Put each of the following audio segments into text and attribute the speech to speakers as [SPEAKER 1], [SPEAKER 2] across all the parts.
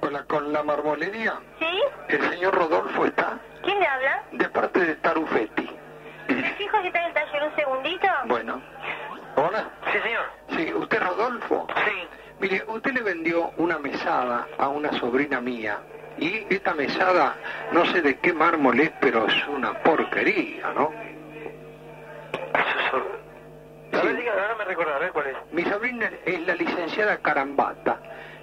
[SPEAKER 1] con la, con la marmolería.
[SPEAKER 2] ¿Sí?
[SPEAKER 1] El señor Rodolfo está
[SPEAKER 2] ¿Quién le habla?
[SPEAKER 1] de parte de Tarufetti.
[SPEAKER 2] ¿Me fijo que está en el taller un segundito?
[SPEAKER 1] Bueno. Hola.
[SPEAKER 3] Sí, señor.
[SPEAKER 1] Sí, usted es Rodolfo.
[SPEAKER 3] Sí.
[SPEAKER 1] Mire, usted le vendió una mesada a una sobrina mía. Y esta mesada, no sé de qué mármol es, pero es una porquería, ¿no?
[SPEAKER 3] Eso sor- A
[SPEAKER 1] Sí.
[SPEAKER 3] ver, dígame, ahora me recordar, a ver cuál es.
[SPEAKER 1] Mi sobrina es la licenciada Carambata,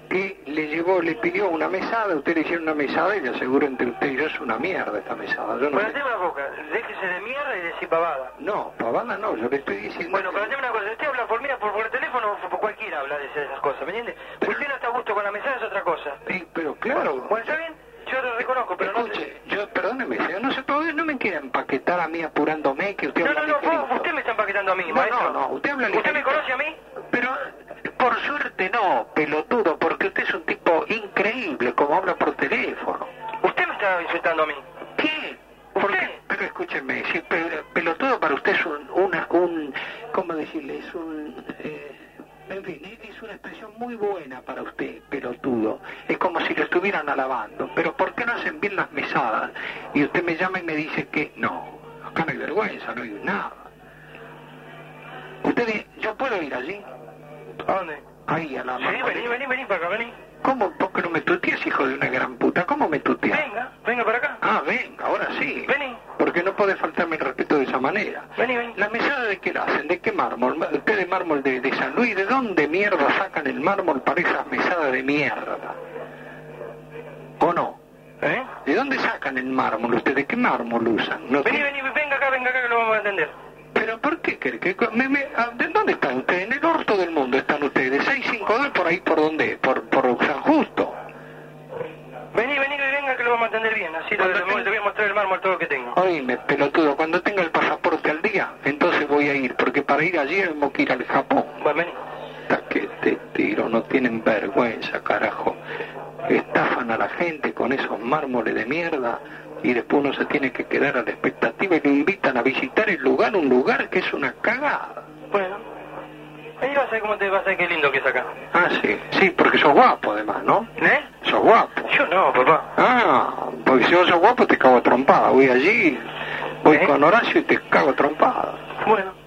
[SPEAKER 1] que le llevó, le pidió una mesada, usted le hicieron una mesada y le aseguro entre usted y yo es una mierda esta mesada. Yo no,
[SPEAKER 3] Bueno,
[SPEAKER 1] le-
[SPEAKER 3] tema la boca, déjese de mierda y decir babada.
[SPEAKER 1] no, pavada no, yo le estoy diciendo...
[SPEAKER 3] Bueno, pero haceme una cosa, usted habla por mira, por, por el teléfono, por, por cualquiera habla de esas cosas, ¿me entiende? Usted no está a gusto con la mesa, es otra cosa.
[SPEAKER 1] Sí, pero claro...
[SPEAKER 3] Bueno, está bien, yo lo reconozco, pero no...
[SPEAKER 1] Escuche, yo, perdóneme, señor, no se puede, no me quiera empaquetar a mí apurándome que usted
[SPEAKER 3] No,
[SPEAKER 1] habla
[SPEAKER 3] no, no,
[SPEAKER 1] ligerito.
[SPEAKER 3] vos- usted me está empaquetando a mí,
[SPEAKER 1] No, no,
[SPEAKER 3] maestro.
[SPEAKER 1] no, usted habla
[SPEAKER 3] ¿Usted me
[SPEAKER 1] ligerito.
[SPEAKER 3] conoce a mí?
[SPEAKER 1] Pero por suerte no, pelotudo, porque usted es un tipo increíble, como habla por teléfono.
[SPEAKER 3] Usted me está insultando a mí.
[SPEAKER 1] ¿Qué? ¿Por
[SPEAKER 3] ¿Usted?
[SPEAKER 1] qué? Pero escúcheme, si pe- pelotudo para usted es un, una, un, ¿cómo decirle? Es un, eh, en fin, es- es una expresión muy buena para usted, pelotudo. Es como si lo estuvieran alabando. Pero ¿por qué no hacen bien las mesadas? Y usted me llama y me dice que no, acá no hay vergüenza, no hay nada. Usted dice, ¿yo puedo ir allí?
[SPEAKER 3] ¿A dónde?
[SPEAKER 1] Ahí, a la
[SPEAKER 3] Sí, vení,
[SPEAKER 1] marmolería.
[SPEAKER 3] vení, vení para acá, vení.
[SPEAKER 1] ¿Cómo vos que no me tuteas, hijo de una gran puta? ¿Cómo me tuteas?
[SPEAKER 3] Venga, venga para acá.
[SPEAKER 1] Ah, venga, ahora sí.
[SPEAKER 3] Vení.
[SPEAKER 1] Porque no puede faltarme el respeto de esa manera.
[SPEAKER 3] Vení, vení.
[SPEAKER 1] ¿La mesada de qué la hacen? ¿De qué mármol? ¿Usted de mármol de, de San Luis? ¿De dónde mierda sacan el mármol para esas mesadas de mierda? ¿O no?
[SPEAKER 3] ¿Eh?
[SPEAKER 1] ¿De dónde sacan el mármol? ¿Usted de qué mármol usan? No
[SPEAKER 3] Vení,
[SPEAKER 1] tiene-
[SPEAKER 3] vení, venga acá, venga acá que lo vamos a entender.
[SPEAKER 1] ¿Pero por qué? cree que- me- me- ah, ¿De dónde están ustedes? En el orto del mundo están ustedes. 652 por ahí, ¿por dónde? Por, por San Justo.
[SPEAKER 3] Vení, vení, que venga que lo vamos a entender bien. Así te,
[SPEAKER 1] Cuando
[SPEAKER 3] te
[SPEAKER 1] tenga-
[SPEAKER 3] voy a mostrar el mármol todo lo que tengo.
[SPEAKER 1] Oíme, pelotudo, cuando tenga el pasaporte al día, entonces voy a ir, porque para ir allí tengo que ir al Japón.
[SPEAKER 3] Bueno, vení.
[SPEAKER 1] Hasta que te tiro, no tienen vergüenza, carajo. Estafan a la gente con esos mármoles de mierda y después uno se tiene que quedar a la expectativa y lo invitan a visitar el lugar, un lugar que es una cagada.
[SPEAKER 3] Bueno. Ahí vas a ver cómo te vas a ver qué lindo que es acá.
[SPEAKER 1] Ah, sí, sí, porque sos guapo además, ¿no?
[SPEAKER 3] ¿Eh?
[SPEAKER 1] Sos guapo.
[SPEAKER 3] Yo no, papá.
[SPEAKER 1] Ah, porque si no sos guapo te cago a trompada. Voy allí, voy
[SPEAKER 3] ¿Eh?
[SPEAKER 1] con Horacio y te cago a trompada.
[SPEAKER 3] Bueno.